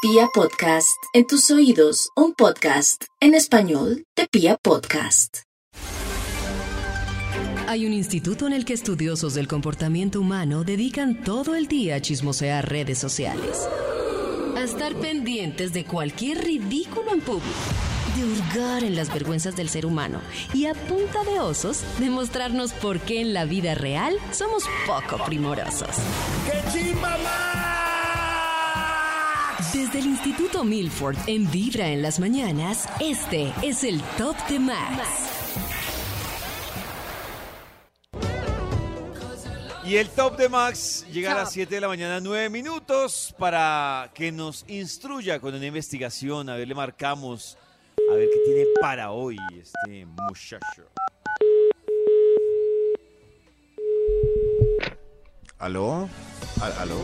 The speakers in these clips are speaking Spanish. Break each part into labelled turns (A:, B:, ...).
A: Pia Podcast, en tus oídos, un podcast en español de Pia Podcast.
B: Hay un instituto en el que estudiosos del comportamiento humano dedican todo el día a chismosear redes sociales, a estar pendientes de cualquier ridículo en público, de hurgar en las vergüenzas del ser humano y a punta de osos demostrarnos por qué en la vida real somos poco primorosos.
C: ¡Qué chimba más!
B: Desde el Instituto Milford en Vibra en las mañanas, este es el Top de Max.
D: Y el top de Max llega a las 7 de la mañana, 9 minutos, para que nos instruya con una investigación. A ver, le marcamos, a ver qué tiene para hoy este muchacho.
E: ¿Aló? ¿Al- ¿Aló?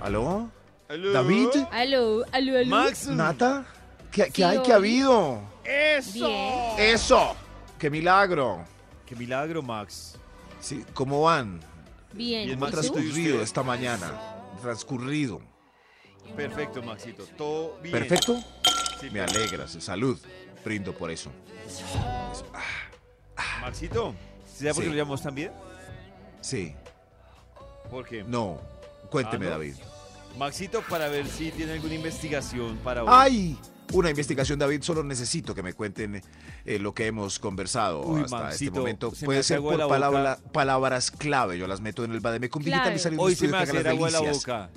E: ¿Aló? ¿David?
F: Aló, aló, aló.
D: Max,
E: ¿Nata? ¿Qué, qué
F: Sí,
E: hay? ¿Qué ha
F: hola.
E: habido?
F: Bien.
E: ¡Eso! ¡Qué milagro!
D: qué milagro, Max.
E: Sí, ¿Cómo van?
F: Bien.
D: Y el
F: ¿Y
E: ¿Cómo
D: Maxito, Max-
E: ha
F: tú?
D: ¿y
E: transcurrido
D: usted?
E: esta mañana? Transcurrido.
D: Perfecto, Maxito. Todo bien.
E: ¿Perfecto?
D: Sí,
E: Me alegras. Salud. Brindo por eso.
D: Maxito, ¿será porque
E: Sí.
D: lo llamamos también?
E: Sí.
D: Porque
E: No. Cuénteme,
D: Ah, ¿no?
E: David.
D: Maxito, para ver si tiene alguna investigación para hoy.
E: ¡Ay! Una investigación, David. Solo necesito que me cuenten eh, lo que hemos conversado
D: Uy,
E: hasta
D: Maxito,
E: este momento.
D: se me
E: Puede
D: hace
E: ser
D: agua de
E: por
D: la
E: palabra- palabras clave. Yo las meto en el Bademecum Digital
F: Clave.
E: y sale un
D: Hoy se
E: estudio
D: me
E: que haga
D: hace el
E: las
D: agua a la
E: delicias.
D: boca.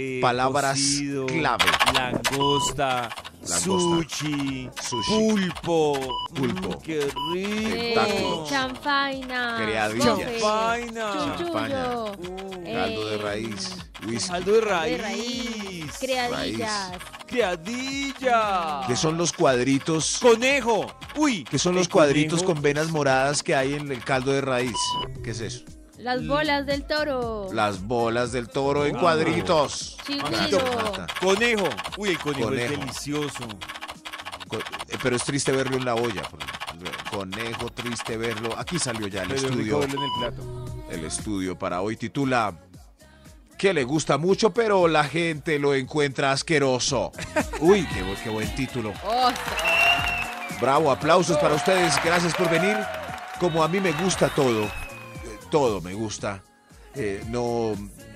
D: Eh,
E: Palabras
D: cocido,
E: clave.
D: Langosta, sushi,
E: Sushi.
D: pulpo.
E: Pulpo.
D: Mm, qué
F: Eh,
D: rico.
E: Tentáculos.
F: Chanfaina.
E: Creadillas.
F: gofe,
D: Champaina.
E: Champaña.
F: chuchullo,
D: Uh,
E: Caldo de
F: eh,
E: raíz, whisky,
D: Caldo de
F: de
D: raíz.
F: raíz. Creadillas.
D: Criadilla.
E: que son los cuadritos,
D: Conejo. Uy.
E: que son
D: el
E: los cuadritos
D: conejo.
E: con venas moradas que hay en el caldo de raíz. ¿Qué es eso?
F: Las
D: Mm.
F: bolas del toro.
E: Las bolas del toro en
D: Ah.
E: cuadritos.
F: Chirrilo.
E: Nata, Nata.
D: Conejo. Uy, el conejo, es
E: Conejo.
D: delicioso.
E: Co- eh, Pero es triste verlo en la olla. porque el Conejo, triste verlo. Aquí salió ya el
D: Pero es rico
E: estudio.
D: verlo en el plato.
E: El estudio para hoy titula que le gusta mucho, pero la gente lo encuentra asqueroso. Uy, qué, bu- qué buen título.
F: Oh,
E: Bravo, aplausos para ustedes. Gracias por venir. Como a mí me gusta todo, eh, todo me gusta. eh, no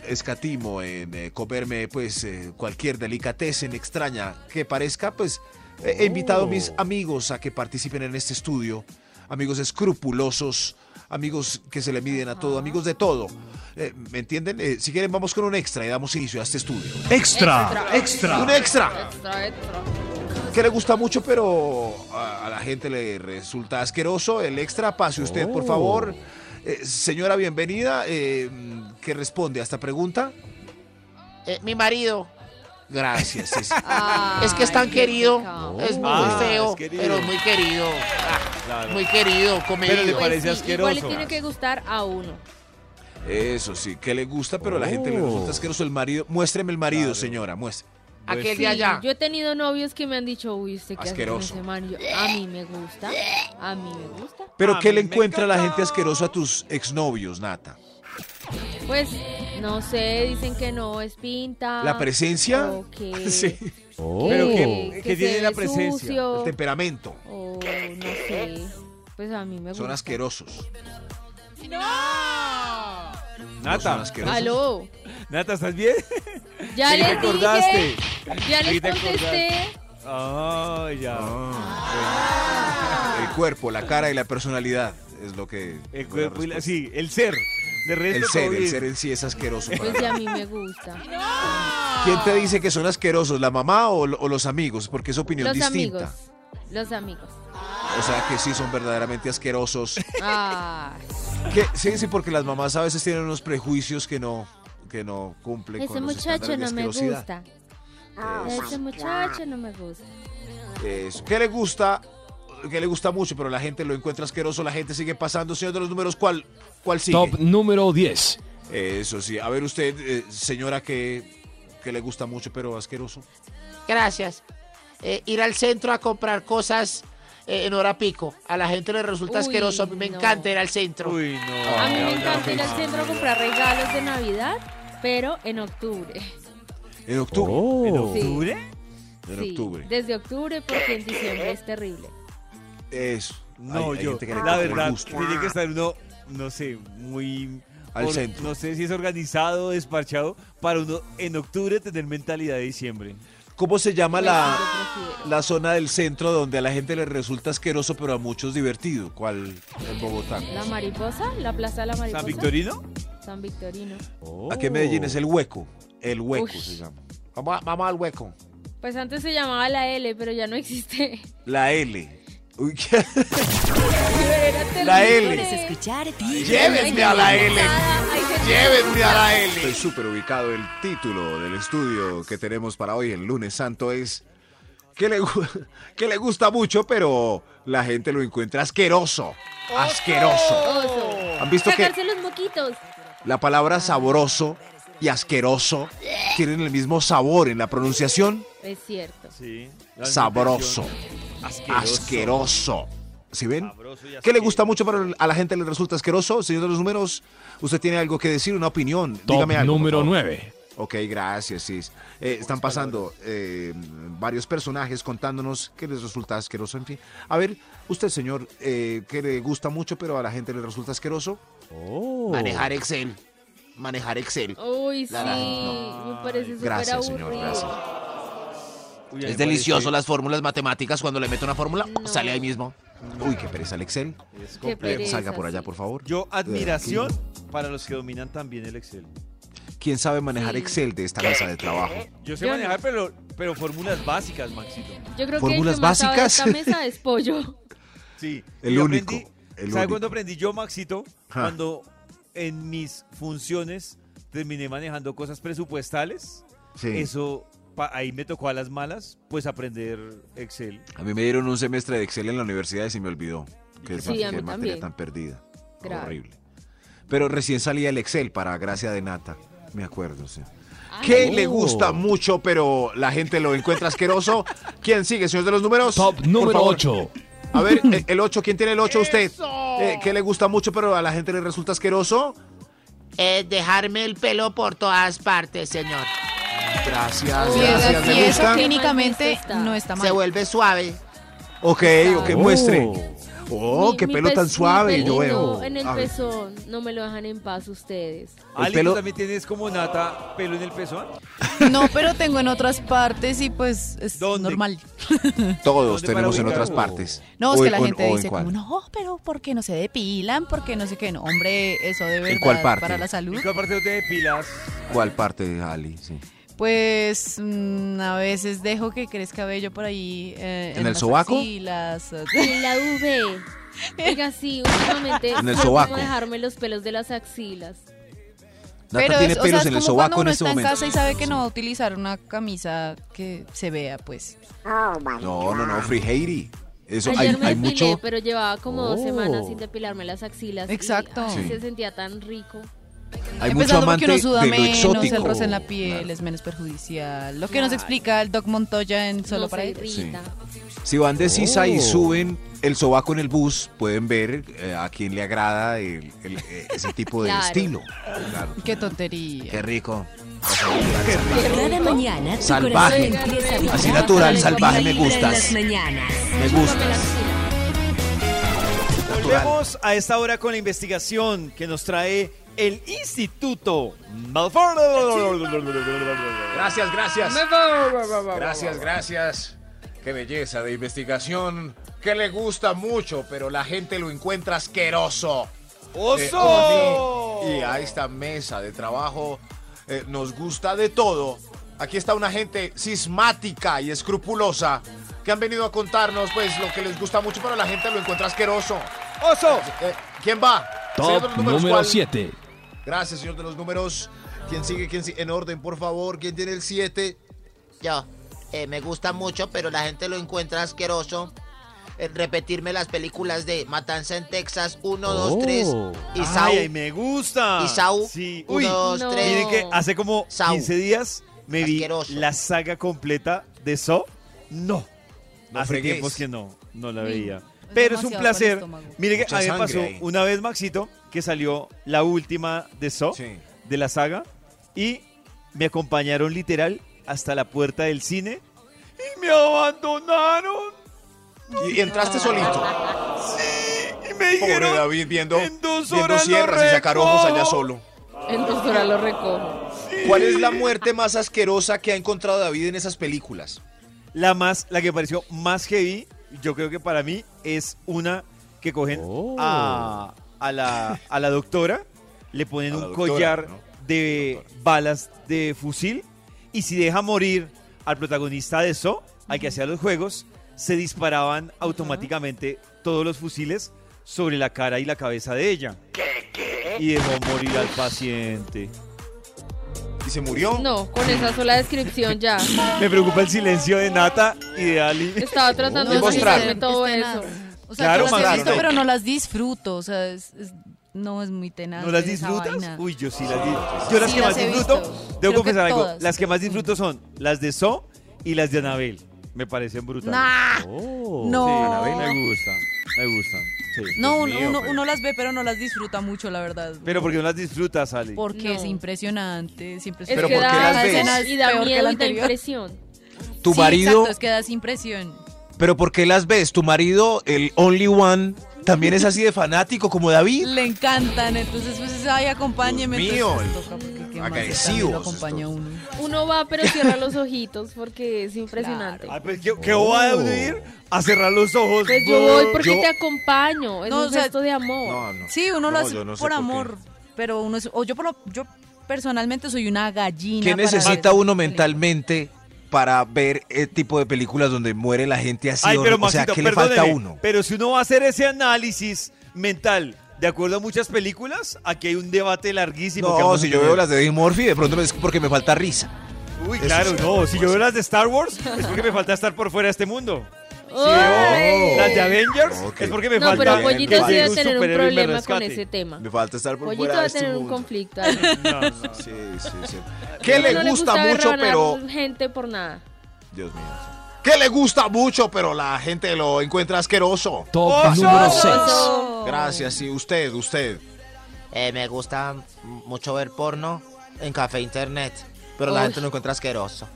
E: escatimo en eh, comerme pues eh, cualquier delicatessen extraña que parezca, pues eh, he invitado a mis amigos a que participen en este estudio, amigos escrupulosos, amigos que se le miden a todo, amigos de todo. Eh, ¿Me entienden? Eh, si quieren vamos con un extra y damos inicio a este estudio.
G: Extra,
E: Un
G: extra.
E: extra
F: extra, extra.
E: que le gusta mucho, pero a, a la gente le resulta asqueroso. El extra, pase usted, por favor. Eh, señora, bienvenida. eh, ¿Qué responde a esta pregunta?
H: Eh, mi marido.
E: Gracias. sí, sí.
H: Es que es tan
F: Ay,
H: querido.
F: chica.
H: Es muy
D: Ah, es
H: feo,
D: querido.
H: pero muy querido. Ah,
D: Claro.
H: muy querido,
D: Pero le
H: comedido.
D: parece
F: Pues sí, Igual le
D: asqueroso.
F: tiene que gustar a uno.
E: Eso sí, que le gusta, pero a la gente le resulta asqueroso el marido. Muéstreme el marido, señora, muestre.
H: Aquel
F: Sí,
H: de allá.
F: Yo he tenido novios que me han dicho, uy, usted qué hace con
E: Asqueroso.
F: ese man?" Y yo, a mí me gusta. A mí me gusta.
E: Pero
D: A
E: ¿qué
D: mí
E: le
D: me
E: encuentra la gente asqueroso a tus exnovios, Nata?
F: Pues, no sé, dicen que no es pinta.
E: ¿La presencia?
F: o que-
E: Sí.
D: Pero
F: que,
D: que-
F: que
D: que
F: se
D: tiene
F: ve
D: la presencia,
F: sucio,
E: El temperamento.
F: o Oh, no sé. Pues a mí me gusta.
E: Son asquerosos. No son
D: Nata,
E: asquerosos.
F: Aló.
D: Nata, ¿estás bien?
F: Ya
D: Sí,
F: les
D: recordaste.
F: dije. Ya
D: Sí,
F: les
D: te
F: contesté.
D: Ay, ya.
E: Ah, bueno. El cuerpo, la cara y la personalidad es lo que.
D: El
E: fue la
D: cuerpo y la-
E: respuesta.
D: sí, el ser. De resto,
E: El
D: todo
E: ser, el
D: bien.
E: ser en sí es asqueroso. para
F: Pues
E: mí.
F: ya a mí me gusta.
E: ¿Quién te dice que son asquerosos, la mamá o, lo- o los amigos? Porque es opinión
F: Los
E: distinta.
F: amigos. Los amigos.
E: O sea que sí son verdaderamente asquerosos.
F: Ah,
E: Que, sí, sí, porque las mamás a veces tienen unos prejuicios que no, que no cumplen
F: ese
E: con los
F: muchacho no
E: estándares de
F: me
E: asquerosidad.
F: gusta. Ese muchacho no me gusta.
E: Eso. ¿Qué le gusta? Que le gusta mucho, pero la gente lo encuentra asqueroso, la gente sigue pasando. Señor de los números, ¿cuál, cuál sigue?
G: Top número 10.
E: Eso sí. A ver usted, eh, señora, que, que le gusta mucho, pero asqueroso.
H: Gracias. Eh, ir al centro a comprar cosas eh, en hora pico. A la gente le resulta
F: Uy,
H: asqueroso. A mí me
F: no.
H: encanta ir al centro.
D: Uy, no.
E: Ah,
F: A mí me
D: no, no,
F: encanta ir al centro a comprar regalos de Navidad, pero en octubre.
E: En octubre.
D: ¿En
G: Oh.
D: octubre?
E: En
F: Sí,
E: octubre.
F: Desde octubre, porque en diciembre es terrible.
E: Eso.
D: No,
E: Hay- hay
D: yo.
E: gente que le
D: la
E: coge el
D: verdad,
E: gusto.
D: tiene que estar uno, no sé, muy.
E: Al centro.
D: No sé si es organizado, desparchado, para uno en octubre tener mentalidad de diciembre.
E: ¿Cómo se llama
F: Pues,
E: la,
F: yo prefiero.
E: la zona del centro donde a la gente le resulta asqueroso, pero a muchos divertido? ¿Cuál en Bogotá?
F: ¿La mariposa? ¿La plaza de la mariposa?
D: ¿San Victorino?
F: San Victorino.
E: Aquí en Medellín es el hueco. El hueco
F: Ush.
E: se llama.
H: Vamos, a- vamos al hueco.
F: Pues antes se llamaba la L, pero ya no existe.
E: La L. Uy, ¿qué?
F: la
B: Puedes escuchar
E: Llévenme a la L.
H: Llévenme a la L.
E: Estoy súper ubicado. El título del estudio que tenemos para hoy, el lunes santo, es que le, gu- que le gusta mucho, pero la gente lo encuentra asqueroso. Asqueroso. ¿Han visto que
F: Sacarse los moquitos.
E: la palabra sabroso y asqueroso tienen el mismo sabor en la pronunciación?
F: Es cierto.
D: Sí.
E: Sabroso. Asqueroso. ¿Sí ven? ¿Qué le gusta mucho, pero a la gente le resulta asqueroso? Señor de los números, usted tiene algo que decir, una opinión.
G: Top
E: Dígame algo. por
G: número
E: favor.
G: 9.
E: Ok, gracias, sí. Eh, están pasando eh, varios personajes contándonos que les resulta asqueroso, en fin. A ver, usted, señor, eh, que le gusta mucho, pero a la gente le resulta asqueroso.
D: Oh.
H: Manejar Excel. Manejar Excel.
F: Uy, sí.
H: La- la-
F: Me parece súper
E: Gracias,
F: aburrido.
E: señor, gracias.
H: Es delicioso las fórmulas matemáticas. Cuando le meto una fórmula,
F: No.
H: sale ahí mismo.
E: Uy, qué pereza el Excel.
F: Qué
E: Eh,
F: pereza,
E: salga por allá,
F: sí.
E: por favor.
D: Yo, admiración para los que dominan también el Excel.
E: ¿Quién sabe manejar
F: Sí.
E: Excel de esta mesa de trabajo?
D: Yo sé
F: Yo no.
D: manejar, pero, pero fórmulas básicas, Maxito.
F: Yo creo
E: ¿Fórmulas
F: que el que más sabe de
E: básicas?
F: esta mesa es pollo.
D: Sí.
E: El
D: yo
E: único,
D: aprendí-
E: el
D: ¿Sabe
E: único.
D: cuándo aprendí yo, Maxito?
E: Ja.
D: Cuando en mis funciones terminé manejando cosas presupuestales.
E: Sí.
D: Eso, pa- ahí me tocó a las malas, pues aprender Excel.
E: A mí me dieron un semestre de Excel en la universidad y se me olvidó. Que es
F: Sí, a mí
E: materia
F: también.
E: tan perdida.
F: Grave.
E: Horrible. Pero recién salía el Excel para gracia de nata. Me acuerdo, Oh. sí.
F: Ay,
E: Que
G: no.
E: le gusta mucho, pero la gente lo encuentra asqueroso. ¿Quién sigue, señor de los números?
G: Top
E: Por
G: número
E: favor.
G: 8.
E: A ver, eh, el 8, ¿quién tiene el 8? Usted. Eh, ¿Qué le gusta mucho, pero a la gente le resulta asqueroso?
H: Es Eh, dejarme el pelo por todas partes, señor.
E: Gracias,
F: Sí,
E: gracias,
F: así
C: si
E: me
F: es,
C: eso
E: gusta.
F: ok. Qué
C: clínicamente
F: mal gusto está.
C: no está mal.
H: Se vuelve suave.
E: Ok, ok,
F: Oh.
E: muestre. Oh,
F: mi-
E: qué
F: mi
E: pelo tan
F: pez- mi
E: suave, yo
F: pelito
E: veo.
F: En el
E: A ver.
F: pezón, no me lo dejan en paz ustedes.
E: El
D: Ali,
E: pelo-
D: ¿tú también tienes como nata pelo en el pezón?
C: No, pero tengo en otras partes y pues es
D: ¿Dónde?
C: normal.
E: Todos
D: ¿Dónde
E: tenemos
D: para
E: en otras
D: ubicarlo?
E: partes.
C: No, es
E: O
C: que
E: en- o
C: la
E: en-
C: gente
E: o en
C: dice
E: cuál.
C: como, no, pero ¿por qué no se depilan? ¿Por qué no sé qué? No, hombre, eso de verdad
E: ¿En cuál parte?
C: para la salud.
D: ¿Y qué parte no te depilas?
E: ¿Cuál parte de Ali? Sí.
C: Pues mm, a veces dejo que crezca cabello por ahí. eh,
E: ¿En el sobaco?
C: Y las
F: Y en la V. Oiga, sí, últimamente
E: En el
F: fue como
E: sobaco.
F: dejarme los pelos de las axilas.
E: Nata
C: pero
E: tiene
C: es, o sea,
E: pelos
C: es
E: en el
C: como
E: sobaco
C: cuando
E: en
C: uno
E: este
C: está en
E: momento.
C: casa y sabe que no va a utilizar una camisa que se vea, pues.
E: No, no, no, Free Haiti. Eso
F: Ayer
E: hay,
F: me
E: hay
F: depilé,
E: mucho.
F: pero llevaba como dos
G: Oh.
F: semanas sin depilarme las axilas. y,
C: Exacto.
F: ay,
E: Sí.
F: Se sentía tan rico.
E: Hay mucho
C: Empezando
E: amante
C: porque uno suda
E: de lo
C: menos,
E: exótico.
C: el roce en la piel
E: Claro.
C: es menos perjudicial. Lo que nos
F: Claro.
C: explica el Doc Montoya en Solo
F: no
C: para
F: se
C: ellos.
F: irrita.
E: Si van de Sisa y
G: Oh.
E: suben el sobaco en el bus, pueden ver eh, a quién le agrada el- el- eh, ese tipo de
F: Claro.
E: estilo. Claro.
C: Qué tontería.
E: Qué rico.
B: Cada mañana tu
E: Salvaje.
B: corazón empieza a vibrar
E: Así natural,
B: con
E: salvaje,
B: alegría
E: me
B: vibra en las
E: gustas.
B: mañanas.
E: Me
F: Chúpame la
E: gusta.
F: axila.
E: Natural.
D: Volvemos a esta hora con la investigación que nos trae el Instituto Malfour.
E: Gracias, gracias. Gracias, gracias. Qué belleza de investigación. Que le gusta mucho, pero la gente lo encuentra asqueroso. Eh, como a
D: ¡Oso!
E: mí y a esta mesa de trabajo eh, nos gusta de todo. Aquí está una gente sismática y escrupulosa que han venido a contarnos pues lo que les gusta mucho, pero la gente lo encuentra asqueroso.
D: ¡Oso!
E: Eh, ¿Quién va? Señor de
G: Top
E: los números,
G: número
E: ¿cuál?
G: 7.
E: Gracias, señor de los números. ¿Quién sigue? ¿Quién sigue? En orden, por favor. ¿Quién tiene el 7?
H: Yo, eh, me gusta mucho, pero la gente lo encuentra asqueroso. Eh, repetirme las películas de Matanza en Texas 1, 2,
G: Oh.
H: 3.
D: Ay,
H: Isaú.
D: ay, me gusta.
H: Isaú.
D: Sí. Uy,
H: 1, 2,
F: No.
H: 3.
D: miren que hace como
H: Saúl.
D: 15 días me vi
H: Asqueroso.
D: la saga completa de So. No.
E: No
D: hace
E: fregues.
D: tiempos que no, no la
C: Sí,
D: veía.
C: Mm. es
D: Pero es un
C: demasiado
D: placer.
C: para el estómago.
D: Mire que
E: Mucha
D: a mí me
E: sangre
D: pasó
E: ahí.
D: una vez, Maxito, que salió la última de So,
E: Sí.
D: de la saga, y me acompañaron literal hasta la puerta del cine y me abandonaron.
E: Y, y entraste solito.
D: Y me
E: Pobre
D: dijeron,
E: David viendo,
D: en dos
E: viendo
D: horas lo
E: sierras y sacar ojos allá
D: recojo.
E: solo.
F: En dos horas lo recojo.
E: ¿Cuál es la muerte más asquerosa que ha encontrado David en esas películas?
D: La más, la que me pareció más heavy, yo creo que para mí es una que cogen
G: Oh.
D: a, a la, a la doctora, le ponen
E: A la
D: un
E: doctora,
D: collar
E: ¿no?
D: de balas de fusil y si deja morir al protagonista de So, al que hacía los juegos, se disparaban automáticamente todos los fusiles sobre la cara y la cabeza de ella. Y dejó morir al paciente.
E: ¿Y se murió?
F: No, con esa sola descripción ya.
D: Me preocupa el silencio de Nata y de Ali.
F: Estaba tratando
E: No,
F: de
E: demostrar.
F: imaginarme todo
C: Este
F: eso.
C: O sea,
D: Claro,
C: yo las he
D: Max,
C: visto,
D: no.
C: pero no las disfruto. O sea, es- es- no es muy tenaz.
D: ¿No las
C: esa
D: disfrutas?
C: vaina.
D: Uy, yo sí
E: Ah.
D: las disfruto. Yo las
C: Sí,
D: que
C: las
D: más
C: he
D: disfruto,
C: visto. Creo
D: debo
C: que
D: confesar algo,
C: todas.
D: las que más disfruto son las de So y las de Anabel. Me parecen brutales.
C: Nah.
G: Oh.
D: Sí,
C: No.
D: Anabel me gustan, me gustan. Sí. Dios
C: No, uno,
D: mío,
C: uno-
D: pero-
C: uno las ve, pero no las disfruta mucho, la verdad.
D: Pero porque no las disfrutas, Ali.
C: Porque es
F: No.
C: impresionante. Es
F: Es
E: Pero
C: impresionante.
F: que
E: ¿por qué
F: da,
E: las ves?
C: escena es
F: y da
C: peor que
F: miedo
C: la
F: y da
C: anterior.
F: impresión.
C: Sí, Exacto, es que das impresión.
E: Pero ¿por qué las ves? Tu marido, el Only One, también es así de fanático como David.
C: Le encantan. Entonces, pues, ay, acompáñeme.
E: Dios
C: entonces,
E: mío,
C: pues, toca, porque qué más,
E: agresivos
C: también lo acompaña
E: estos.
C: uno.
F: Uno va pero cierra los ojitos porque es impresionante.
D: Ay, pues, ¿qué, qué voy
E: Oh.
D: a ir? A cerrar los ojos.
F: Pues yo voy porque
E: Yo-
F: te acompaño. Es
C: No,
F: un
C: o sea,
F: gesto de amor.
E: no.
C: Sí, uno lo
E: No,
C: hace
E: yo no sé
C: por
E: qué.
C: amor, pero uno es, o yo por lo- yo personalmente soy una gallina.
E: ¿Qué
C: para
E: necesita
C: ver
E: uno
C: películas.
E: mentalmente para ver el tipo de películas donde muere la gente así?
D: Ay,
E: o-
D: pero
E: o sea,
D: Maxito,
E: ¿qué le falta a
D: perdóneme,
E: uno?
D: Pero si uno va a hacer ese análisis mental de acuerdo a muchas películas, aquí hay un debate larguísimo. que
E: No,
D: vamos a
E: si yo
D: tener.
E: veo las de Eddie Murphy, de pronto es porque me falta risa.
D: Uy,
E: Eso
D: claro,
E: sí.
D: no. Si yo veo las de Star Wars, es porque me falta estar por fuera de este mundo.
F: ¡Ay!
D: Las de Avengers
E: Ok.
D: es porque me
F: oh. No,
D: falta.
F: pero
E: Bien,
F: Pollito sí
E: bien.
F: debe
D: un
F: tener un
D: superhéroe y me
F: problema con
D: rescate.
F: ese tema.
E: falta estar
F: Pollito
E: este
F: va a tener un conflicto. ahí.
E: Sí, sí, sí. ¿Qué le
F: No
E: gusta
F: ver
E: mucho,
F: ganar
E: pero
F: gente por nada.
E: Dios mío. Que le gusta mucho, pero la gente lo encuentra asqueroso.
G: Top
D: ¡Oso!
G: número 6.
E: Gracias, sí, usted, usted.
H: Eh, me gusta m- mucho ver porno en café internet, pero la
F: Uy.
H: gente lo encuentra asqueroso.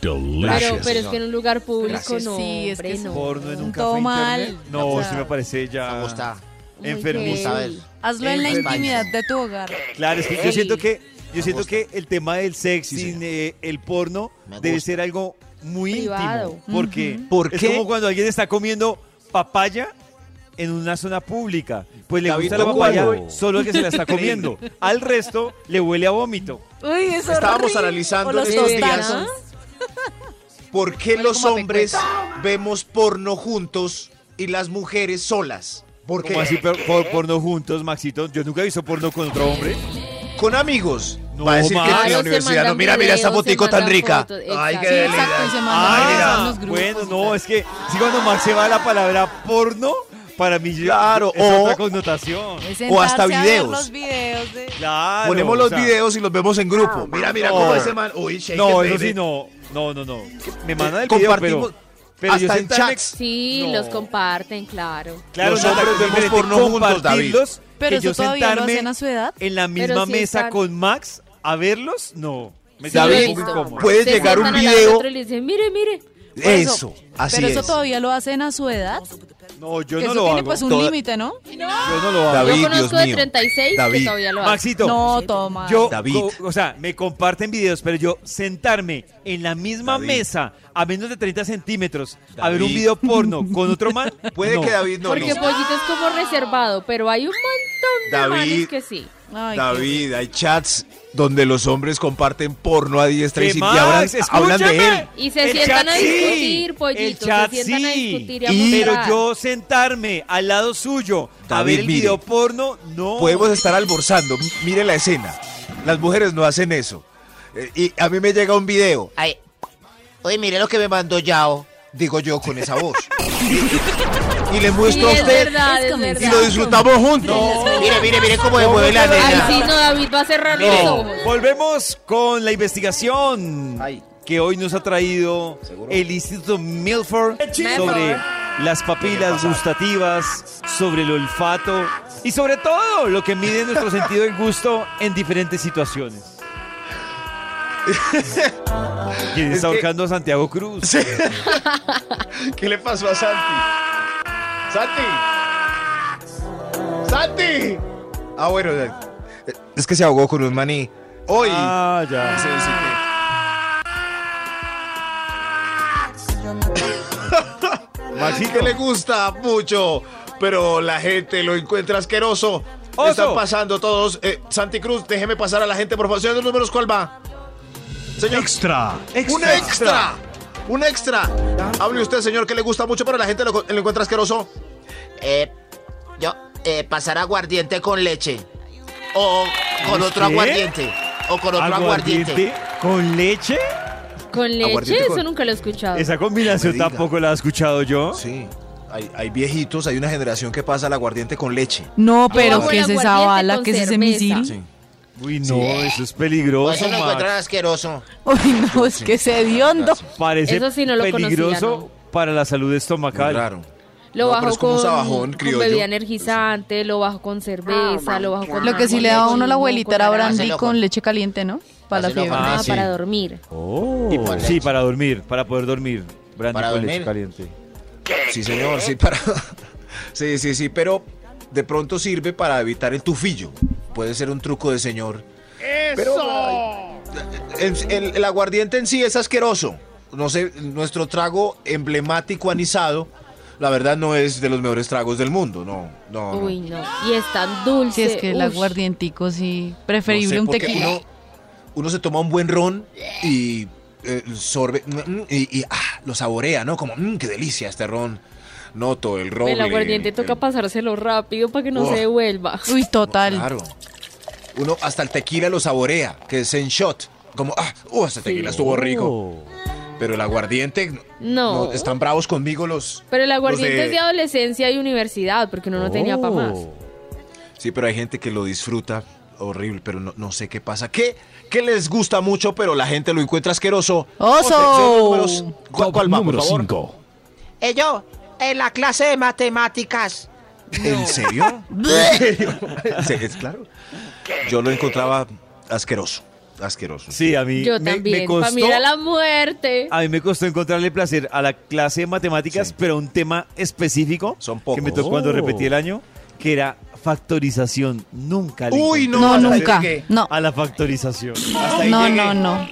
F: Pero,
H: Gracias,
F: pero es
H: señor.
F: que en un lugar público
E: Gracias.
F: no.
C: Sí, es que
F: hombre,
C: sí.
F: no.
D: Porno en un
C: Todo
D: café
C: mal.
D: internet. No,
C: O sea,
D: sí me parece ya.
H: Me gusta,
F: Muy
D: Enfermiza.
F: gay.
H: ¿sabes?
C: Hazlo en la
H: Enfermizo.
C: intimidad de tu hogar.
D: Claro, es que yo
F: Ey.
D: siento que yo siento
H: gusta.
D: que el tema del sexy,
E: señor.
D: eh, el porno
H: Me
D: debe
H: gusta.
D: ser algo muy
F: Privado.
D: íntimo, porque
E: ¿Por
D: es
E: qué?
D: como cuando alguien está comiendo papaya en una zona pública, pues le
E: David,
D: gusta la
E: ¿cómo
D: papaya
E: cuando-
D: solo al que se la está comiendo, al resto le huele a vómito.
C: Uy, eso
E: Estábamos analizando
C: O los
E: en estos
C: tostados.
E: días por qué
C: Huele
E: los
C: como a
E: hombres vemos porno juntos y las mujeres solas. Porque
D: Como así por- por- porno juntos, Maxito, yo nunca he visto porno con otro hombre.
E: con amigos.
D: No,
E: va a decir que
D: Max.
E: en la
F: Claro, se
E: universidad no,
F: mandan
E: mira, mira esa
F: videos, se
E: fotico tan
F: mandan
E: rica.
F: fotos,
E: Ay,
F: exacto.
E: qué
F: Sí,
C: exacto, y se
E: delicia.
C: mandan
D: Ah,
C: a los grupos
D: bueno,
C: y
D: no,
C: tal.
D: es que si cuando Max se va a la palabra porno, para mí
E: Claro,
D: es
E: o-
D: otra connotación.
C: Es
E: O hasta
C: sentarse a ver
E: videos.
C: los videos de-
D: Claro,
E: Ponemos
D: o
E: los
D: sea,
E: videos y los vemos en grupo. Mira, mira cómo
D: No.
E: ese man. Uy, shake
D: No,
E: it,
D: eso
E: baby.
D: sí, no. No, no, no. Me mandan el video,
E: Compartimos
D: pero. pero yo
E: hasta en
D: sentarme-
E: chats.
F: Sí,
D: No.
F: los comparten, claro.
D: Claro,
E: Los
D: no,
E: hombres
D: es diferente
E: vemos porno juntos, David.
D: compartirlos
C: Pero
D: que yo
C: eso todavía lo
D: sentarme
C: hacen a su edad.
D: en la misma
F: Pero sí
D: mesa
F: están-
D: con Max a verlos, no. Me
F: Sí,
D: siento
F: lo he
D: un poco
F: visto.
D: incómodo.
E: Puede
F: Se
E: llegar un
F: sientan al lado del
E: video.
F: otro y le dicen, mire, mire.
E: Eso, así
C: Pero eso
E: es.
C: todavía lo hacen a su edad.
D: No, yo
C: que
D: no
C: eso
D: lo
C: tiene
D: hago.
C: pues un
E: Toda-
C: límite, ¿no?
D: Yo no lo hago.
E: David,
F: yo conozco
E: Dios
F: de
E: mío.
F: 36
E: David.
F: que todavía lo hace.
D: Maxito,
C: No, toma.
D: yo,
E: David.
D: co- o sea, me comparten videos, pero yo sentarme en la misma
E: David.
D: mesa a menos de 30 centímetros a ver un
E: David.
D: video porno con otro man,
E: Puede
D: no.
E: que David no
F: Porque
E: listo.
F: Pollito es como reservado, pero hay un montón de
E: David.
F: manes que sí.
C: Ay, qué-
E: David, hay chats donde los hombres comparten porno a diestra y
D: Que
E: siniestra. Hablan,
D: Max,
E: hablan de
D: escúchame.
E: él.
F: Y se
D: El
F: sientan
D: chat
F: a
D: sí.
F: discutir, pollito,
D: El
F: se
D: chat
F: sientan a
D: sí.
F: discutir y a
E: Y-
D: Pero
F: mostrar.
D: yo sentarme al lado suyo a
E: David,
D: ver el
E: mire.
D: video porno, no.
E: Podemos estar almorzando. M- Mire la escena. Las mujeres no hacen eso. Eh, y a mí me llega un video.
H: Ay, oye, mire lo que me mandó Yao.
E: Digo yo con esa voz. y le
F: Sí,
E: muestro a
F: es
E: usted
F: verdad,
C: Es
F: es
C: como-
F: verdad.
E: y lo disfrutamos juntos.
H: Mire, mire, mire cómo me mueve la
F: Ay, sí,
H: nena.
F: no, David va a cerrar los
D: No.
F: ojos.
D: Volvemos con la investigación
E: Ay.
D: que hoy nos ha traído el Instituto Milford sobre las papilas gustativas, sobre el olfato y sobre todo lo que mide nuestro sentido del gusto en diferentes situaciones. ¿Quién está
E: que-
D: ahorcando a Santiago Cruz?
E: ¿Qué le pasó a Santi? ¡Santi! ¡Santi! Ah, bueno, eh, es que se ahogó con un maní. Hoy.
D: Ah, ya.
E: Sí, sí, que-
D: Maxito,
E: que le gusta mucho, pero la gente lo encuentra asqueroso.
D: Oso.
E: Están pasando todos. Eh, Santi Cruz, déjeme pasar a la gente, por favor. Señor de los números, ¿cuál va? Señor.
G: Extra.
E: ¡Un extra! ¡Un extra! Hable usted, señor, que le gusta mucho, pero la gente lo, lo encuentra asqueroso.
H: Eh, yo, eh, pasar aguardiente con leche.
E: Oh,
H: O con otro
D: ¿Qué?
H: aguardiente. O con otro aguardiente.
D: aguardiente con leche.
F: ¿Con leche?
E: Aguardiente con-
F: Eso nunca lo he escuchado.
D: Esa combinación
E: Ah. diga.
D: tampoco la he escuchado yo.
E: Sí. Hay, hay viejitos, hay una generación que pasa el aguardiente con leche.
C: No,
F: Ah,
C: pero
F: bueno.
C: ¿qué es esa
F: Aguardiente
C: bala?
F: con
C: ¿Qué es ese
F: cerveza.
C: misil?
D: Uy, no, eso es
H: O
D: peligroso,
H: eso lo
D: Max.
H: encuentran asqueroso.
C: Uy, no, es que se hediondo.
D: Parece
F: Eso sí no lo conocía,
D: peligroso
F: ¿no?
D: para la salud estomacal.
E: Claro.
F: Lo
E: No,
F: bajo
E: pero es como un
F: con,
E: sabajón
F: con
E: criollo.
F: bebida energizante, lo bajo con cerveza, lo bajo con...
C: Ah, Lo que sí
F: mango,
C: le daba a
F: con
C: uno la
F: limón,
C: abuelita
F: con
C: era
F: naranja.
C: brandy
H: Hazlo
C: con
H: con-
C: leche caliente, ¿no? Para la
H: hazlo pues. con-
C: fiebre.
D: Ah,
F: Ah,
D: sí.
F: para dormir.
D: Oh.
H: Y con
D: Sí,
H: leche.
D: para dormir, para poder dormir. Brandy
H: Para
D: con leche
H: dormir.
D: caliente.
E: Sí, señor, sí, para. Sí, sí, sí, pero de pronto sirve para evitar el tufillo. Puede ser un truco de señor. Pero, ay, el, el- el aguardiente en sí es asqueroso. No sé, nuestro trago emblemático anisado, la verdad no es de los mejores tragos del mundo, no, no. no.
F: Uy, no. Y es tan dulce.
C: Si es que el
F: ush.
C: aguardientico sí,
E: No sé
C: preferible un
E: por qué
C: tequila.
E: Uno, uno se toma un buen ron y eh, sorbe mm, mm, y, y, ah, lo saborea, ¿no? Como, mmm, qué delicia este ron. Noto el roble.
F: El aguardiente
E: el-
F: toca pasárselo rápido para que no
E: Uf.
F: se devuelva.
C: Uy, total.
E: Claro. Uno hasta el tequila lo saborea, que es en shot. Como, ah, uh, ese tequila estuvo rico.
D: Oh.
E: Pero el aguardiente,
F: No.
E: están bravos conmigo los.
F: Pero el
E: los
F: aguardiente
E: de-
F: es de adolescencia y universidad, porque uno no tenía para más.
E: Oh. Sí, pero hay gente que lo disfruta horrible, pero no, no sé qué pasa. ¿Qué? ¿Qué les gusta mucho, pero la gente lo encuentra asqueroso?
C: ¡Oso!
E: Señor números, ¿Cuál,
G: Top
E: cuál va, por
G: número
E: favor?
G: 5.
H: Eh, yo, en la clase de matemáticas.
E: ¿En serio? ¿En serio? Sí, es claro. Yo lo encontraba asqueroso. Asqueroso.
D: Sí, a mí
F: Yo
D: me, me
F: también. Para
D: costó.
F: mí era la muerte.
C: Ah,
D: A mí me costó encontrarle placer a la clase de matemáticas,
E: Sí.
D: pero un tema específico
E: Son
D: que
E: pocos.
D: me tocó cuando
G: Oh.
D: repetí el año, que era factorización. Nunca le
E: Uy,
D: encontré
E: No,
C: No,
E: hasta ahí
C: nunca.
E: llegué.
C: No,
D: a la factorización.
E: Hasta ahí
C: no,
E: llegué.
C: no, no.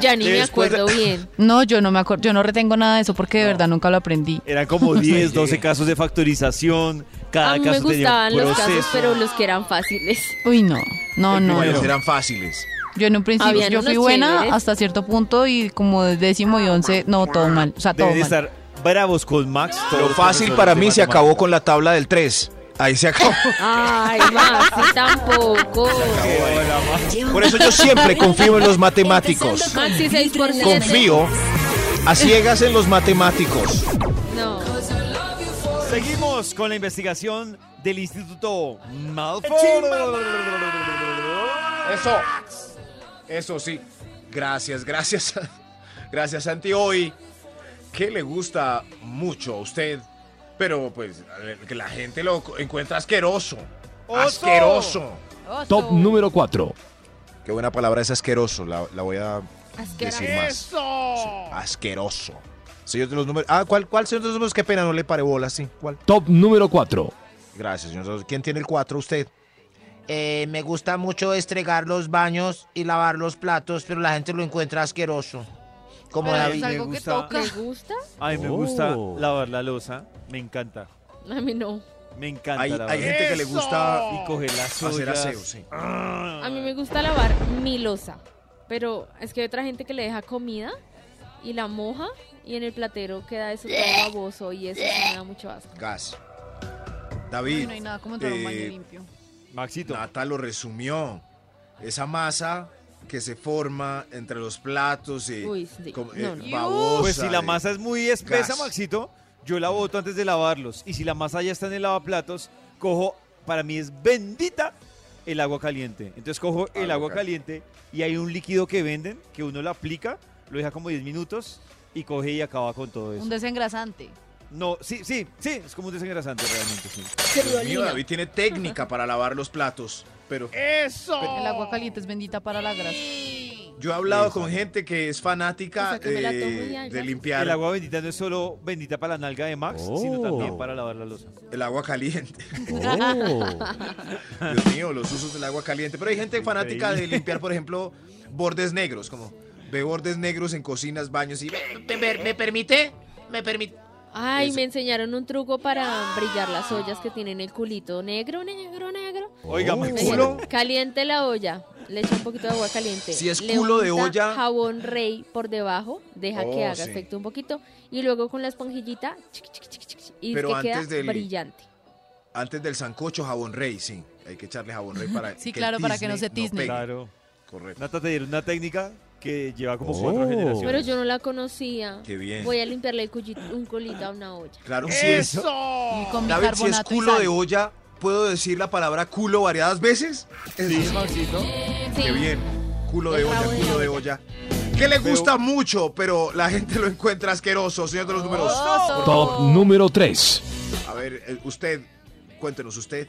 F: Ya ni me
E: Después de-
F: acuerdo bien.
C: No, yo no me acuerdo, yo no retengo nada de eso porque de verdad nunca lo aprendí.
D: Eran como 10, 12 casos de factorización.
C: Ah,
D: Cada
F: A mí me
D: caso tenía
F: gustaban
D: un
F: los
D: proceso.
F: casos, pero los que eran fáciles.
C: Uy, no, no, no.
E: Bueno,
C: no.
E: eran fáciles.
C: Yo en un principio,
F: Habían
C: yo fui
F: unos
C: buena
F: chéveres.
C: hasta cierto punto y como de décimo y once, no, todo mal, o sea, todo
D: Deben
C: mal.
D: estar bravos con Max. todos
E: Lo
D: los
E: fácil
D: profesores
E: para
D: de
E: mí se
D: matemáticas.
E: acabó con la tabla del 3. Ahí se acabó.
F: Ay, Maxi, tampoco.
E: Por eso yo siempre confío en los matemáticos.
F: Maxi, 6%.
E: Confío a ciegas en los matemáticos.
F: No.
D: Seguimos con la investigación del Instituto Malfoy.
E: Eso. Eso sí. Gracias, gracias. Gracias, Santi. Hoy, que le gusta mucho a usted, pero pues que la gente lo encuentra asqueroso. Asqueroso.
G: Top número 4.
E: Qué buena palabra es asqueroso. La, la voy a
F: Asqueroso.
E: decir más. Sí, Asqueroso. Señor de los números. Ah, ¿cuál, ¿cuál señor de los números? Qué pena, no le pare bola, sí. ¿Cuál?
G: Top número 4.
E: Gracias, señor. de los- ¿Quién tiene el 4? Usted.
H: Eh, me gusta mucho estregar los baños y lavar los platos, pero la gente lo encuentra asqueroso. Como
C: Pero
H: David.
C: es algo que
D: gusta.
C: toca.
F: ¿Te gusta?
D: A mí me
G: Oh.
D: gusta lavar la losa. Me encanta.
F: A mí no.
D: Me encanta
E: Hay,
D: lavar.
E: hay gente que le gusta
D: y coge las
E: hacer
D: ollas.
E: aseo, sí.
F: A mí me gusta lavar mi losa, pero es que hay otra gente que le deja comida y la moja y en el platero queda eso todo baboso y eso sí me da mucho asco.
E: Gas. David.
C: No hay nada como entrar a un baño
E: eh,
C: limpio.
D: Maxito.
E: Nata lo resumió. Esa masa que se forma entre los platos y
F: Uy, sí.
E: como,
F: No, no.
E: babosa eh,
D: Pues si la
E: de-
D: masa es muy espesa,
E: gas.
D: Maxito, yo la boto antes de lavarlos. Y si la masa ya está en el lavaplatos, cojo, para mí es bendita el agua caliente. Entonces cojo el
E: Agua
D: agua caliente y hay un líquido que venden que uno lo aplica, lo deja como 10 minutos y coge y acaba con todo
C: Un
D: eso.
C: desengrasante.
D: No, sí, sí, sí, es como un desengrasante realmente, sí.
E: Dios mío, David tiene
F: Eh.
E: técnica para lavar los platos, pero
C: El agua caliente es bendita para la grasa.
E: Yo he hablado
D: Exacto.
E: con gente que es fanática
F: O sea, que me la tomo
E: eh,
F: ya,
E: de
F: ya.
E: limpiar
D: El agua bendita no es solo bendita para la nalga de Max, sino también
G: Oh.
D: para lavar la losa.
E: caliente.
G: Oh.
E: Dios mío, los usos del agua caliente. Pero hay gente fanática de
D: Increíble.
E: limpiar, por ejemplo, bordes negros, como ve bordes negros en cocinas, baños y...
H: ¿Me, me- me permite? ¿Me permite?
F: Ay,
E: Eso.
F: me enseñaron un truco para brillar las ollas que tienen el culito negro, negro, negro.
D: Oiga, Max,
F: Me
D: ¿culo?
F: dijeron, Caliente la olla, le echa un poquito de agua caliente.
E: Si es
F: le
E: culo de
F: unta
E: olla-
F: Jabón rey por debajo, deja que
E: Oh,
F: haga
E: sí.
F: efecto un poquito. Y luego con la esponjillita, chiqui, chiqui, chiqui, chiqui, y
E: Pero
F: que queda
E: antes del-
F: brillante.
E: Antes del sancocho, jabón rey, sí. Hay que echarle jabón rey para
C: Sí,
E: que el
C: claro, para que no
E: tizne
C: se tizne.
E: pegue.
D: Claro.
E: Correcto.
D: Nata te dieron una técnica que lleva como
G: Oh.
D: cuatro generaciones.
F: Pero yo no la conocía.
E: Qué bien.
F: Voy a limpiarle el cuyi- un colito a una olla.
E: Claro, si es,
D: ¡Eso!
C: Y con
E: David, si es
C: bicarbonato y
E: culo
C: sal.
E: de olla, ¿puedo decir la palabra culo variadas veces?
D: Sí, Maxito.
E: Qué
F: Sí.
E: bien. Culo de
F: El
E: olla,
F: rabo de
E: culo de olla. Que le gusta mucho, pero la gente lo encuentra asqueroso, señor de los números.
G: Oh. Top número 3.
E: A ver, eh, usted, cuéntenos usted.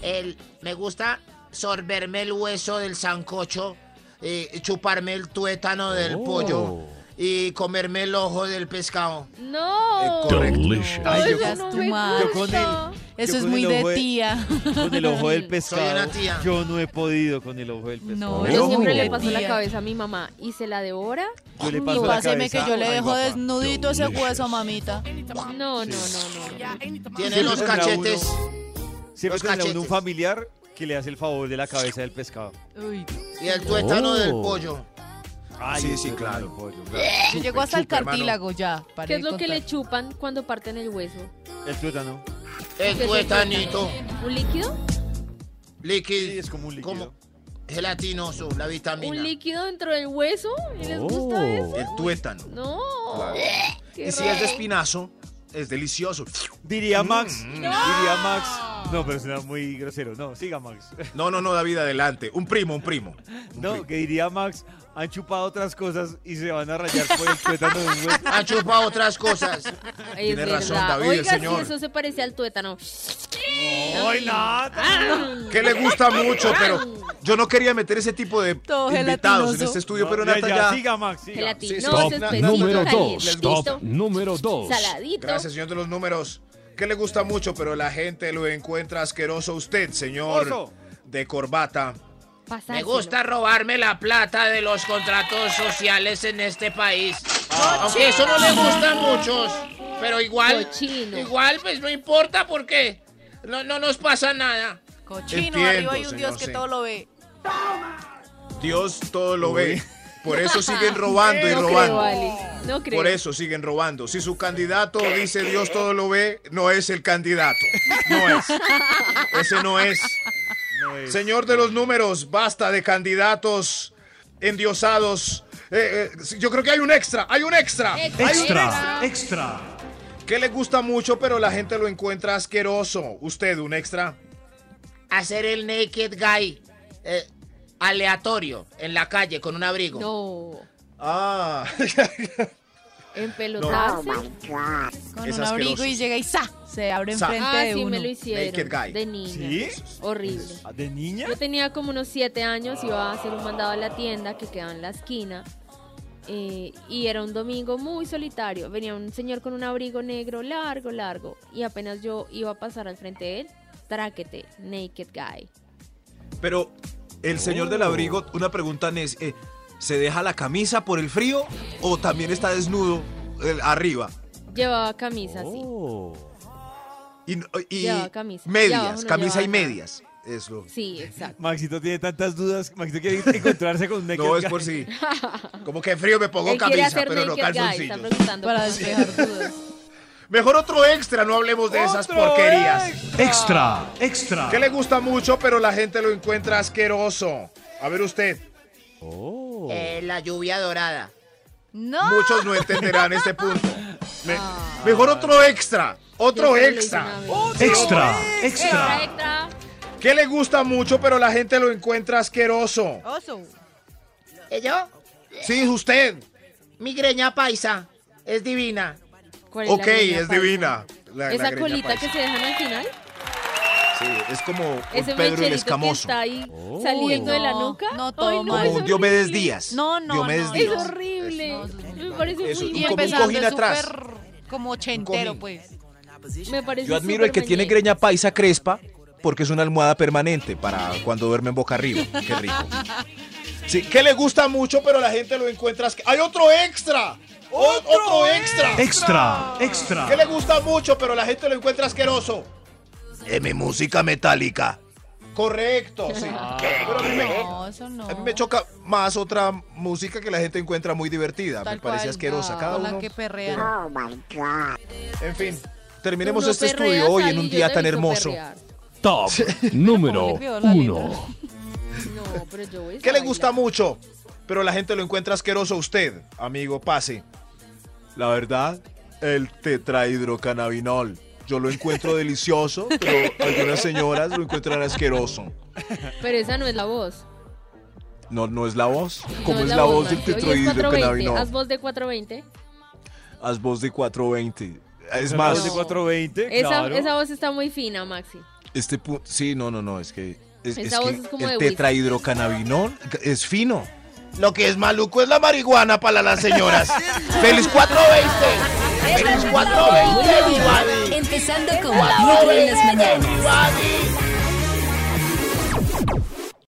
H: El, me gusta sorberme el hueso del sancocho, eh, chuparme el tuétano del
G: Oh.
H: pollo y comerme el ojo del pescado.
F: No.
E: Eh, correcto.
G: Delicious.
F: Ay,
C: Ay,
F: yo
C: ya
F: no
C: es
F: me
C: tu madre.
D: Yo con
F: gusta.
D: el,
C: Eso
D: yo
C: es
D: con
C: muy
D: el ojo
C: de
D: de-
C: tía.
D: con el ojo del
H: Soy
D: pescado.
H: una tía.
D: Yo no he podido con el ojo del pescado.
C: No,
F: Yo
G: Oh.
F: siempre le
G: Oh.
F: paso la
C: Tía.
F: cabeza a mi mamá y se la devora.
D: Yo le
C: Y
D: paso la
C: páseme que
D: cabeza.
C: yo le
E: Ay,
C: dejo
E: guapa.
C: desnudito ese hueso, mamita.
F: No, no, no, no. no.
H: Tiene los
D: tendrá
H: cachetes.
D: Siempre
H: Los
D: tendrá uno
H: cachetes.
D: un familiar que le hace el favor de la cabeza del pescado.
C: Uy,
H: Y el tuétano
G: Oh.
H: del pollo.
D: Ay,
E: Sí, sí,
D: qué
E: claro.
D: rico, pollo.
C: yo llego hasta el
E: chupe, hermano.
C: cartílago ya. para
F: ¿Qué es
C: de
F: lo que
C: contar.
F: le chupan cuando parten el hueso?
D: El tuétano.
H: El
F: ¿Qué es el
H: tuétanito.
F: ¿Un líquido?
D: Sí,
H: Líquido.
D: es como un líquido.
H: Como gelatinoso, la
F: ¿Un
H: vitamina.
F: líquido dentro del hueso? ¿Y les gusta eso?
E: El tuétano.
F: No.
E: Oh. Claro.
F: qué
E: Y si es de
F: raro.
E: espinazo, es delicioso.
D: Diría Max. Diría Max. No, pero suena muy grosero. No, siga Max.
E: No, no, no, David, adelante. Un primo, un primo. Un
D: No,
E: primo.
D: que diría Max. Han chupado otras cosas y se van a rayar por el tuétano de un hueso.
H: Ha chupado otras cosas.
F: Es
E: Tiene razón,
F: verdad.
E: David, el
F: Oiga,
E: señor.
F: si eso se parece al tuétano.
D: ¡Ay, nada!
E: Que le gusta mucho, pero yo no quería meter ese tipo de
C: Todo
E: invitados en
C: gelatinoso.
E: este estudio, pero
D: No,
E: Nata ya.
D: Siga Max, siga.
F: Gelatino,
E: sí,
F: no,
G: Top
F: es
E: na-
F: espesito,
G: número 2.
F: calientito,
G: Top número 2.
F: saladito.
E: Gracias, señor de los números. Que le gusta mucho, pero la gente lo encuentra asqueroso a usted, señor
D: Oso.
E: de corbata.
H: Me
F: Pasárselo.
H: gusta robarme la plata de los contratos sociales en este país. Aunque eso no le gusta a muchos. Pero igual,
F: Cochino.
H: igual pues no importa porque no, no nos pasa nada.
C: Cochino,
E: Entiendo,
C: arriba hay un
E: señor,
C: Dios que
E: sí.
C: todo lo ve.
E: Dios todo lo ve. Por eso siguen robando y
F: no
E: robando.
F: Creo, Alex, no creo.
E: Por eso siguen robando. Si su candidato dice Dios todo lo ve, no es el candidato. No es. Ese no es.
D: No es.
E: Señor de los números, basta de candidatos endiosados. Eh, eh, yo creo que hay un extra, hay un extra.
F: Extra, extra.
E: Que le gusta mucho, pero la gente lo encuentra asqueroso. Usted, un extra.
H: Hacer el naked guy eh, aleatorio en la calle con un abrigo.
F: No,
E: Ah,
F: empelotarse.
C: Con
E: Es
C: un abrigo
E: asqueroso.
C: y llega y ¡za! Se abre
E: Sa.
C: enfrente
F: ah,
C: de
F: sí,
C: uno.
F: me lo hicieron.
E: Naked guy.
F: De niña.
D: ¿Sí?
F: Horrible.
D: ¿De niña?
F: Yo tenía como unos siete años, iba a hacer un mandado a la tienda que quedaba en la esquina. eh, y era un domingo muy solitario. Venía un señor con un abrigo negro largo, largo. Y apenas yo iba a pasar al frente de él, tráquete, naked guy.
E: pero el señor del abrigo, una pregunta es, eh, ¿se deja la camisa por el frío o también está desnudo eh, arriba?
F: Llevaba camisa,
E: Oh. Y, y
F: Llevaba camisa. Y abajo
E: medias,
F: no
E: camisa y
F: llevaba nada.
E: medias. Eso.
F: sí. Sí, exacto.
D: Maxito tiene tantas dudas. Maxito quiere encontrarse con un naked
E: No es
D: guy.
E: por si. Como que frío me pongo
F: Él quiere
E: camisa,
F: hacer
E: pero no
F: naked guy, está
E: calzoncillos.
F: preguntando.
C: Para
F: por-
C: despejar dudas.
E: Mejor otro extra, no hablemos de esas
D: ¡Otro
E: porquerías.
G: Extra, extra.
E: Que le gusta mucho, pero la gente lo encuentra asqueroso. A ver usted,
G: Oh.
H: Eh, la lluvia dorada.
C: ¡No!
E: muchos no entenderán este punto. Me- mejor otro extra, otro
F: Ah. Yo solo le hice una
E: extra.
F: vez.
G: Extra,
F: Extra,
G: extra.
F: extra.
E: Que le gusta mucho, pero la gente lo encuentra asqueroso.
C: Oso.
H: ¿Y Eh, yo?
E: Sí, es usted.
H: Mi greña paisa es divina.
F: ¿Cuál la
E: Ok,
F: greña
E: es
F: falsa?
E: divina. La- la
F: Esa
E: greña
F: colita
E: paisa.
F: que se dejan al final.
E: Sí, es como un Pedro
F: Ese
E: el
F: mecherito que
E: escamoso.
F: está ahí
G: Oh.
F: saliendo de la
C: No,
F: nuca.
C: no, todo
F: Ay,
C: mal.
F: es
E: Como un Diomedes
F: horrible.
E: Díaz.
C: No, no,
E: Diomedes
C: no,
F: Es
E: Díaz.
F: horrible.
C: No, no, no.
F: Me parece
E: Eso,
F: muy
C: Y
E: un
F: mal.
E: cojín
C: empezando
E: cojín
C: es
E: atrás.
C: súper como ochentero,
E: cojín.
C: pues.
F: Me parece
E: Yo admiro el que
F: súper
E: tiene
F: mañero.
E: greña paisa crespa porque es una almohada permanente para cuando duerme en boca arriba. Qué rico.
I: Sí, que le gusta mucho, pero la gente lo encuentra. asque- ¡Hay otro extra! ¡Ot- ¡Otro, extra!
G: Extra, extra.
I: Que le gusta mucho, pero la gente lo encuentra asqueroso. Eh,
E: mi música metálica.
I: Correcto, sí.
C: Ah.
I: Pero a mí
E: ¿Eh?
I: me-
C: No, eso no.
I: A mí me choca más otra música que la gente encuentra muy divertida.
C: Tal
I: me parece
C: cual,
I: asquerosa.
C: no,
I: Cada
C: la
I: uno.
C: que perrea.
I: En fin.
E: Terminemos
F: Uno
E: este
F: perrea,
E: estudio hoy en
F: Sally,
E: un
F: yo
E: día
F: te
E: tan
F: he visto
E: hermoso.
F: perrear.
G: Top número
C: le quedó la
G: uno.
F: No, pero yo voy a
I: ¿Qué le
F: bailar.
I: gusta mucho? Pero la gente lo encuentra asqueroso a usted, amigo, pase.
E: La verdad, el tetrahidrocannabinol. Yo lo encuentro delicioso, pero algunas señoras lo encuentran asqueroso.
F: Pero esa no es la voz.
E: No, no es la voz.
F: No
E: ¿Cómo es la voz del
F: Maxi. Hoy es 420.
E: tetrahidrocannabinol?
F: Haz voz de 420.
E: Haz voz de 420. Es
D: Más
E: más,
D: de
F: No.
D: 420,
F: Esa,
D: claro.
F: esa voz está muy fina, Maxi.
E: este punto. Sí, no, no, no. Es que, es,
F: Esa
E: es
F: voz
E: que
F: es como de
E: el
F: whisky.
E: tetrahidrocannabinol es fino.
J: Lo que es maluco es la marihuana para las señoras. ¡Feliz 420! ¡Feliz 420, everybody!
B: Empezando con Vibra en las mañanas.
J: everybody!